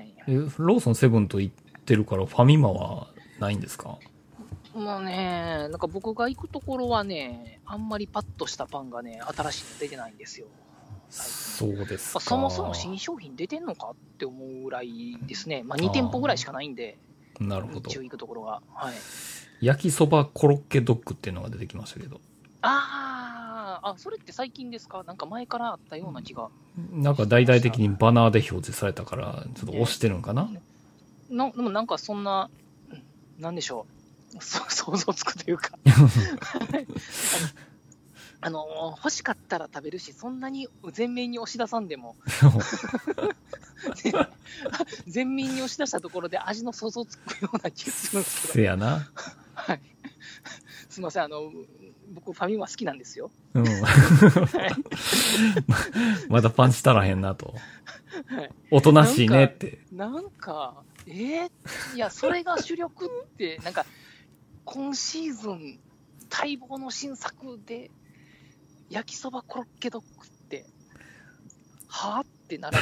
[SPEAKER 3] い、
[SPEAKER 2] えローソンセブンと言ってるから、ファミマはないんですか
[SPEAKER 3] もうね、なんか僕が行くところはね、あんまりパッとしたパンがね、新しいの出てないんですよ。
[SPEAKER 2] そうです
[SPEAKER 3] ま
[SPEAKER 2] か。
[SPEAKER 3] あそもそも新商品出てんのかって思うぐらいですね、まあ、2店舗ぐらいしかないんで、
[SPEAKER 2] なるほど
[SPEAKER 3] 一応。行くところが。はい、
[SPEAKER 2] 焼きそばコロッケドッグっていうのが出てきましたけど。
[SPEAKER 3] あーあ、それって最近ですか、なんか前からあったような気が、
[SPEAKER 2] なんか大々的にバナーで表示されたから、ちょっと押してるんかな、
[SPEAKER 3] なでもなんかそんな、うんなんでしょう、 [laughs] そ想像つくという
[SPEAKER 2] [laughs]
[SPEAKER 3] か、 [laughs] あの欲しかったら食べるし、そんなに全面に押し出さん
[SPEAKER 2] [laughs]
[SPEAKER 3] でも、 [laughs] 全面に押し出したところで味の想像つくような気がするんですけど
[SPEAKER 2] せ、やな。
[SPEAKER 3] はい、 [laughs] すみません、あの僕、ファミマ好きなんですよ。 [laughs]
[SPEAKER 2] うん。ままだパンチ足らへんなと。
[SPEAKER 3] はい
[SPEAKER 2] おとなしいねって。
[SPEAKER 3] なんか、えーいや、それが主力
[SPEAKER 2] [laughs]
[SPEAKER 3] って、なんか、今シーズン、待望の新作で、焼きそばコロッケドッグって、はぁってなる。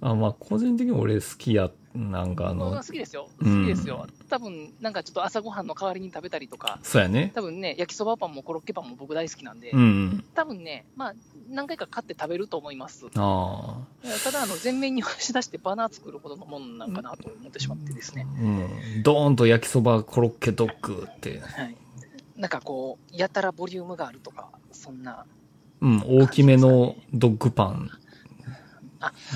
[SPEAKER 2] あまあ、個人的に俺好きや、なんかあ
[SPEAKER 3] 僕
[SPEAKER 2] の
[SPEAKER 3] は、好きですよ。好
[SPEAKER 2] うん
[SPEAKER 3] きですよ。多分、なんかちょっと朝ごはんの代わりに食べたりとか、
[SPEAKER 2] そうやね。
[SPEAKER 3] 多分ね、焼きそばパンもコロッケパンも僕大好きなんで、
[SPEAKER 2] うん。
[SPEAKER 3] 多分ね、まあ、何回か買って食べると思います。
[SPEAKER 2] ああ。
[SPEAKER 3] ただ、あの、全面に押し出してバナー作るほどのもんなんかなと思ってしまってですね。
[SPEAKER 2] うん。ドーンと焼きそばコロッケドッグって。
[SPEAKER 3] はい、なんかこう、やたらボリュームがあるとか、そんな、
[SPEAKER 2] うん。大きめのドッグパン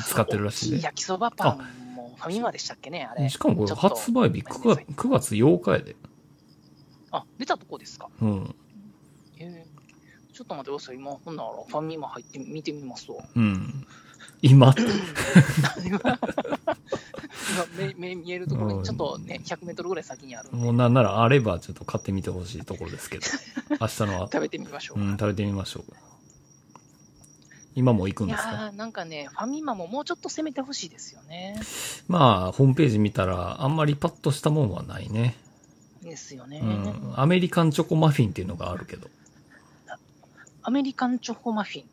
[SPEAKER 2] 使ってるらしい
[SPEAKER 3] 大きい
[SPEAKER 2] で。
[SPEAKER 3] 焼きそばパンもファミマでしたっけね、あれ。
[SPEAKER 2] しかもこ
[SPEAKER 3] ち
[SPEAKER 2] れ
[SPEAKER 3] ょっと
[SPEAKER 2] 発売日9月 ,9 月8日やで。
[SPEAKER 3] あ、出たとこですか。
[SPEAKER 2] うん。
[SPEAKER 3] へーちょっと待ってください、今、ほんならファミマ入って見てみま
[SPEAKER 2] [laughs]
[SPEAKER 3] すわ。
[SPEAKER 2] うん。今って。
[SPEAKER 3] 今、目目見えるところに、ちょっとね、100メートルぐらい先にあるんで
[SPEAKER 2] もうなんならあればちょっと買ってみてほしいところです
[SPEAKER 3] [laughs]
[SPEAKER 2] けど。明日の
[SPEAKER 3] 食べてみましょう。
[SPEAKER 2] うん、食べてみましょう。今もう行くん
[SPEAKER 3] い
[SPEAKER 2] で
[SPEAKER 3] や
[SPEAKER 2] すか
[SPEAKER 3] ーなんかね、ファミマももうちょっと攻めてほしいですよね。
[SPEAKER 2] まあ、ホームページ見たら、あんまりパッとしたもんはないね。
[SPEAKER 3] ですよね。
[SPEAKER 2] うん。アメリカンチョコマフィンっていうのがあるけど。
[SPEAKER 3] アメリカンチョコマフィン。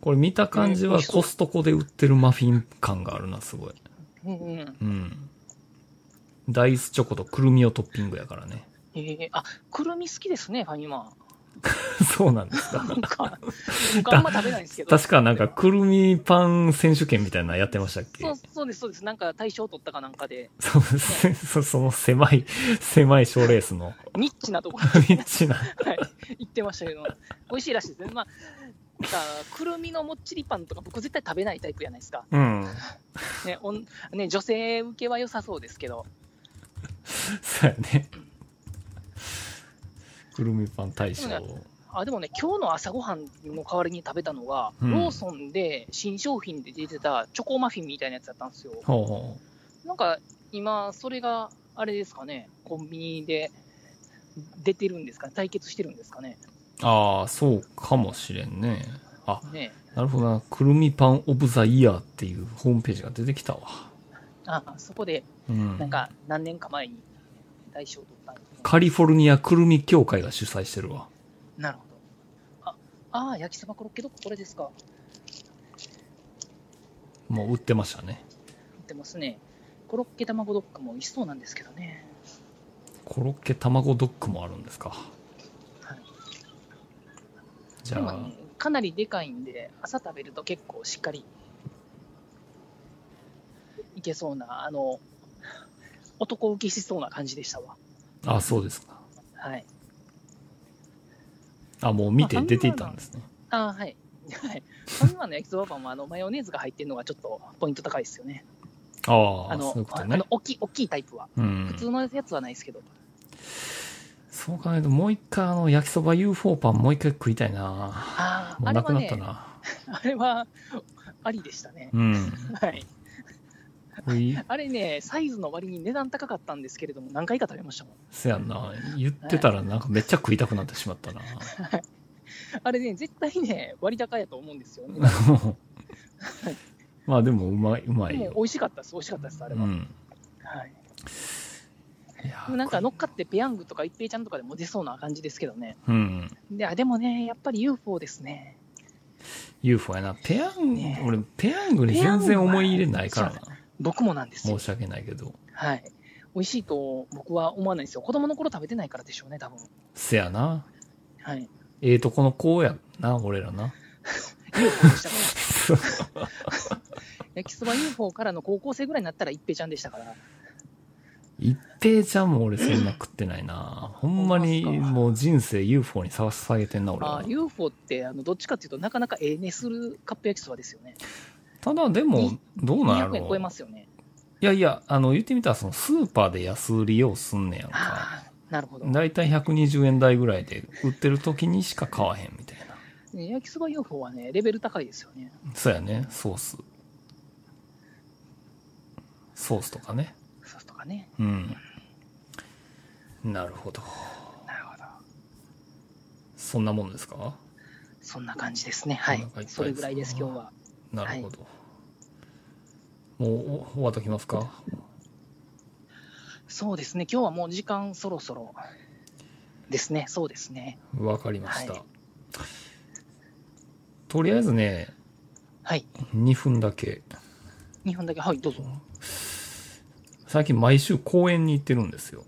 [SPEAKER 2] これ見た感じはコストコで売ってるマフィン感があるな、すごい。
[SPEAKER 3] うんうん
[SPEAKER 2] うん。ダイスチョコとくるみをトッピングやからね。
[SPEAKER 3] えーあ、くるみ好きですね、ファミマ。
[SPEAKER 2] [laughs] そうなんですか。
[SPEAKER 3] なんか、僕あんま食べないんですけど。
[SPEAKER 2] 確かなんか、くるみパン選手権みたいなのやってましたっけ
[SPEAKER 3] そうそうです、そうです。なんか大賞取ったかなんかで、
[SPEAKER 2] そうです [laughs] ね。そその狭い、狭い賞レースの、
[SPEAKER 3] ニッチなとこ
[SPEAKER 2] 道な。
[SPEAKER 3] ろ、 [laughs] はい、行ってましたけど、美味しいらしいですね。まあ、なんか、くるみのもっちりパンとか、僕絶対食べないタイプじゃないですか。
[SPEAKER 2] [laughs] うん。
[SPEAKER 3] ね、おんね女性受けは良さそうですけど、
[SPEAKER 2] そうやね。くるみパン大賞。
[SPEAKER 3] あでもね、今日の朝ごはんの代わりに食べたのが、
[SPEAKER 2] うん
[SPEAKER 3] ローソンで新商品で出てたチョコマフィンみたいなやつだったんですよ。
[SPEAKER 2] ほうほ
[SPEAKER 3] なんか、今、それが、あれですかね、コンビニで出てるんですかね、対決してるんですかね。
[SPEAKER 2] う。ああ、そうかもしれんね。あ、
[SPEAKER 3] ね
[SPEAKER 2] なるほどな。くるみパンオブザイヤーっていうホームページが出てきたわ。
[SPEAKER 3] あそこで
[SPEAKER 2] うん。
[SPEAKER 3] なんか何年か前に大賞を取ったんですね
[SPEAKER 2] カリフォルニアくるみ協会が主催してるわ。
[SPEAKER 3] なるほど。ああー、焼きそばコロッケドッグ、これですか。
[SPEAKER 2] もう売ってましたね。
[SPEAKER 3] 売ってますね。コロッケ卵ドッグも美味しそうなんですけどね。
[SPEAKER 2] コロッケ卵ドッグもあるんですか。
[SPEAKER 3] はい、
[SPEAKER 2] じ
[SPEAKER 3] で
[SPEAKER 2] ゃ
[SPEAKER 3] も
[SPEAKER 2] あ
[SPEAKER 3] ね、、かなりでかいんで、朝食べると結構しっかりいけそうな、あの、男受けしそうな感じでしたわ。
[SPEAKER 2] あ、そうですか。
[SPEAKER 3] はい。
[SPEAKER 2] あ、もう見て出ていったんですね。
[SPEAKER 3] あーはい。はい。ファミマの焼きそばパンは、あの、マヨネーズが入ってるのがちょっとポイント高いですよね。
[SPEAKER 2] あ
[SPEAKER 3] あ
[SPEAKER 2] あ、
[SPEAKER 3] の、
[SPEAKER 2] そういうこと
[SPEAKER 3] あ
[SPEAKER 2] ね
[SPEAKER 3] の。大きい、大きいタイプは。
[SPEAKER 2] う
[SPEAKER 3] 普通
[SPEAKER 2] ん。
[SPEAKER 3] のやつはないですけど。
[SPEAKER 2] そう考えると、もう一回あの、焼きそば UFO パンもう一回食いたいな。
[SPEAKER 3] ああ、
[SPEAKER 2] も
[SPEAKER 3] あ
[SPEAKER 2] う
[SPEAKER 3] れ
[SPEAKER 2] なく
[SPEAKER 3] は
[SPEAKER 2] なった
[SPEAKER 3] ね、
[SPEAKER 2] な。
[SPEAKER 3] あれは、ありでしたね。
[SPEAKER 2] うん。
[SPEAKER 3] はい。
[SPEAKER 2] これいい
[SPEAKER 3] あれね、サイズの割に値段高かったんですけれども、何回か食べましたもん。
[SPEAKER 2] せやんな。言ってたらなんかめっちゃ食いたくなってしまったな。
[SPEAKER 3] あれね、絶対ね、割高やと思うんですよね。
[SPEAKER 2] [laughs] まあでもうまい、うま
[SPEAKER 3] で
[SPEAKER 2] い
[SPEAKER 3] も
[SPEAKER 2] よ。
[SPEAKER 3] 美味しかったです、美味しかったです、あれ
[SPEAKER 2] う
[SPEAKER 3] は。
[SPEAKER 2] ん。
[SPEAKER 3] はい、
[SPEAKER 2] いや
[SPEAKER 3] でもなんか乗
[SPEAKER 2] の
[SPEAKER 3] っかって、ペヤングとか一平ちゃんとかでも出そうな感じですけどね。
[SPEAKER 2] うん。
[SPEAKER 3] であでもね、やっぱり UFO ですね。
[SPEAKER 2] UFO やな。ペヤング、
[SPEAKER 3] ね
[SPEAKER 2] 俺、ペヤングに全然思い入れないからな。
[SPEAKER 3] 僕もなんですよ
[SPEAKER 2] 申。し訳ないけど。
[SPEAKER 3] はい。美味しいと僕は思わないんですよ。子供の頃食べてないからでしょうね、多分。
[SPEAKER 2] せやな。
[SPEAKER 3] はい。
[SPEAKER 2] ええとこの子やな、俺らな。 [laughs]
[SPEAKER 3] UFO でしたから。 [laughs] 焼きそば UFO からの高校生ぐらいになったら一平ちゃんでしたから。
[SPEAKER 2] 一平ちゃんも俺そんな食ってないな。ほんまに
[SPEAKER 3] ほんまっすか
[SPEAKER 2] もう人生 UFO に捧げてんな、俺
[SPEAKER 3] あ
[SPEAKER 2] は
[SPEAKER 3] ー。UFO ってあのどっちかっていうと、なかなかええ値するカップ焼きそばですよね。
[SPEAKER 2] ただでも
[SPEAKER 3] に、
[SPEAKER 2] どうなんやろ
[SPEAKER 3] 200円超え
[SPEAKER 2] う。
[SPEAKER 3] ますよね。
[SPEAKER 2] いやいや、あの、言ってみたらそのスーパーで安売りようすんねやんか。
[SPEAKER 3] ああ、なるほど。
[SPEAKER 2] だいたい120円台ぐらいで売ってる時にしか買わへんみたいな。
[SPEAKER 3] ね焼きそば UFO はね、レベル高いですよね。
[SPEAKER 2] そうやね、ソース。ソースとかね。
[SPEAKER 3] ソースとかね。
[SPEAKER 2] うん。なるほど。
[SPEAKER 3] なるほど。
[SPEAKER 2] そんなもんですか
[SPEAKER 3] そんな感じですね。は
[SPEAKER 2] お
[SPEAKER 3] い
[SPEAKER 2] 腹いっぱい。です
[SPEAKER 3] それぐらいです、今日は。
[SPEAKER 2] なるほど。もうお終わっときますか
[SPEAKER 3] そうですね。今日はもう時間そろそろですね。そうですね。
[SPEAKER 2] わかりました、
[SPEAKER 3] はい
[SPEAKER 2] とりあえずね、
[SPEAKER 3] はい。
[SPEAKER 2] 2分だけ。
[SPEAKER 3] 2分だけ。はい、どうぞ。
[SPEAKER 2] 最近毎週公園に行ってるんですよ。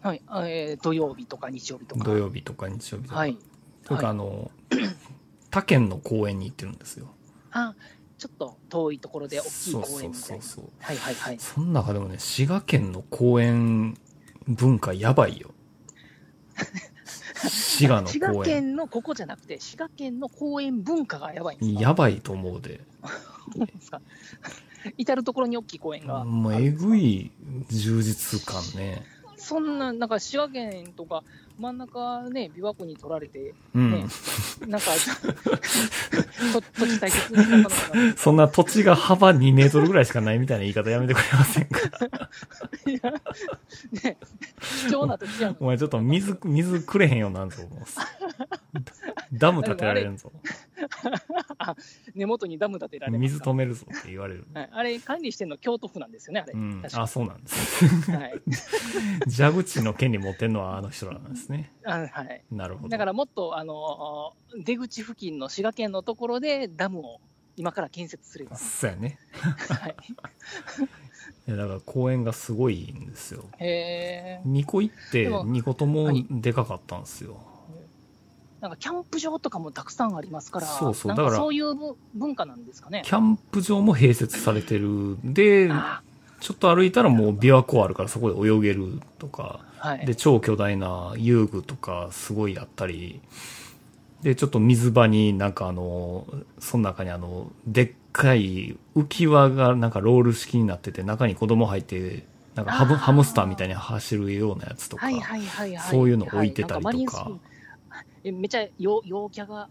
[SPEAKER 3] はい。あえー土曜日とか日曜日とか。
[SPEAKER 2] 土曜日とか日曜日とか。
[SPEAKER 3] はい。
[SPEAKER 2] というか、
[SPEAKER 3] はい
[SPEAKER 2] あの、 [clears throat] 他県の公園に行ってるんですよ。
[SPEAKER 3] あ、ちょっと遠いところで大きい公園みた
[SPEAKER 2] そ
[SPEAKER 3] い
[SPEAKER 2] そう
[SPEAKER 3] うな。
[SPEAKER 2] そうそう。
[SPEAKER 3] はいはいはい。
[SPEAKER 2] その中でもね、滋賀県の公園文化やばいよ。滋賀の
[SPEAKER 3] 滋賀
[SPEAKER 2] 公園。
[SPEAKER 3] 県のここじゃなくて、滋賀県の公園文化がやばいんですか
[SPEAKER 2] やばいと思うで。
[SPEAKER 3] そうですか [laughs] 至る所に大きい公園が。
[SPEAKER 2] もうえぐ。い充実感ね。
[SPEAKER 3] そんな、なんか滋賀県とか、真ん中ね、琵琶湖に取られて、
[SPEAKER 2] うん。
[SPEAKER 3] なんか、 [laughs] と土地大切にしたのかな
[SPEAKER 2] そんな土地が幅2メートルぐらいしかないみたいな言い方やめてくれませんか [laughs]
[SPEAKER 3] いやね、貴重な土地やの
[SPEAKER 2] お前ちょっと水、水くれへんようになんぞ。
[SPEAKER 3] [laughs]
[SPEAKER 2] ダム建てられるぞ。
[SPEAKER 3] 根元にダム建てられます
[SPEAKER 2] 水
[SPEAKER 3] か
[SPEAKER 2] 止めるぞって言われる。
[SPEAKER 3] はい、あれ、管理してるの京都府なんですよね、あれ。
[SPEAKER 2] うん。
[SPEAKER 3] 確
[SPEAKER 2] あ、
[SPEAKER 3] か
[SPEAKER 2] そうなんです。
[SPEAKER 3] はい
[SPEAKER 2] 蛇口の権利持ってんのはあの人らなんですね。
[SPEAKER 3] あはい。
[SPEAKER 2] なるほど。
[SPEAKER 3] だからもっと、あの、出口付近の滋賀県のところでダムを今から建設すれば。
[SPEAKER 2] そうやね。 [laughs]
[SPEAKER 3] はい。
[SPEAKER 2] いやだから公園がすごいんですよ。
[SPEAKER 3] へー
[SPEAKER 2] 2個行って、
[SPEAKER 3] でも
[SPEAKER 2] 2個とも
[SPEAKER 3] はい
[SPEAKER 2] でかかったんですよ。
[SPEAKER 3] なんかキャンプ場とかもたくさんありますから、
[SPEAKER 2] そうそう
[SPEAKER 3] なん
[SPEAKER 2] だから
[SPEAKER 3] そういうぶ文化なんですかね
[SPEAKER 2] キ。ャンプ場も併設されてる。で、
[SPEAKER 3] あ
[SPEAKER 2] ちょっと歩いたらもう琵琶湖あるからそこで泳げるとか。
[SPEAKER 3] はい。
[SPEAKER 2] で、超巨大な遊具とかすごいあったり。で、ちょっと水場になんかあの、その中にあの、でっかい浮き輪がなんかロール式になってて、中に子供入って、なんかハム
[SPEAKER 3] あー
[SPEAKER 2] ハムスターみたいに走るようなやつとか。
[SPEAKER 3] はいはいはいはい。
[SPEAKER 2] そういうの置いてたりとか
[SPEAKER 3] はいなんマリンスえめっちゃ陽陽キャが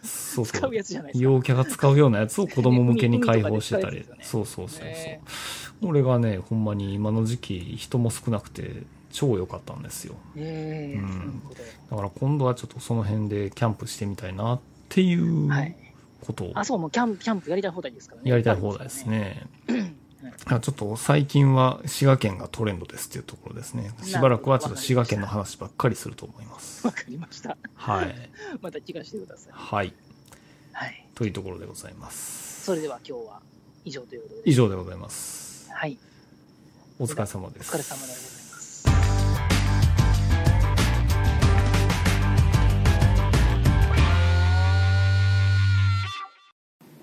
[SPEAKER 2] そうそう
[SPEAKER 3] 使うやつじゃないですか。
[SPEAKER 2] 陽キャが使うようなやつを子供向けに開放してた
[SPEAKER 3] 海
[SPEAKER 2] り
[SPEAKER 3] とかで使うやつです
[SPEAKER 2] そうそ
[SPEAKER 3] よね
[SPEAKER 2] うそうそう、
[SPEAKER 3] ね
[SPEAKER 2] 俺がねほんまに今の時期人も少なくて超良かったんですよ
[SPEAKER 3] ええ
[SPEAKER 2] うん
[SPEAKER 3] なるほ
[SPEAKER 2] だ
[SPEAKER 3] ど
[SPEAKER 2] から今度はちょっとその辺でキャンプしてみたいなっていう
[SPEAKER 3] はい。
[SPEAKER 2] ことを
[SPEAKER 3] あ、そう、もうキャンプ、キャンプやりたい放題ですからね。
[SPEAKER 2] やりたい放題です。ね
[SPEAKER 3] んはい
[SPEAKER 2] だからちょっと最近は滋賀県がトレンドですっていうところですねしばらくはちょっと滋賀県の話ばっかりすると思います
[SPEAKER 3] わかりました。
[SPEAKER 2] はい
[SPEAKER 3] また気がしてください。
[SPEAKER 2] はい
[SPEAKER 3] はい。
[SPEAKER 2] というところでございます
[SPEAKER 3] それでは今日は以上ということで。
[SPEAKER 2] 以上でございます
[SPEAKER 3] はい。
[SPEAKER 2] お疲れ様で
[SPEAKER 3] お
[SPEAKER 2] す
[SPEAKER 3] 疲れ様でございます。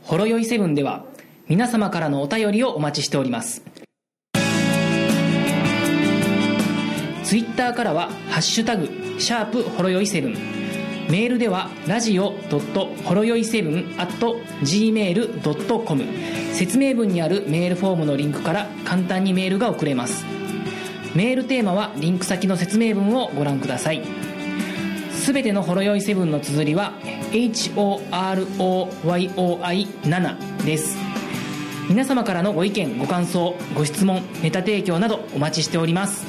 [SPEAKER 1] ホロ酔いセブンでは
[SPEAKER 3] 皆様からのお便りをお待ちしておりますツイッターからは「ハッシュタグシャープほろよい7」メールではラジオほろよい7 gmail.com 説明文にあるメールフォームのリンクから簡単にメールが送れますメールテーマはリンク先の説明文をご覧くださいすべてのほろ酔いセブンの綴りは HOROYOI7 です皆様からのご意見ご感想ご質問ネタ提供などお待ちしております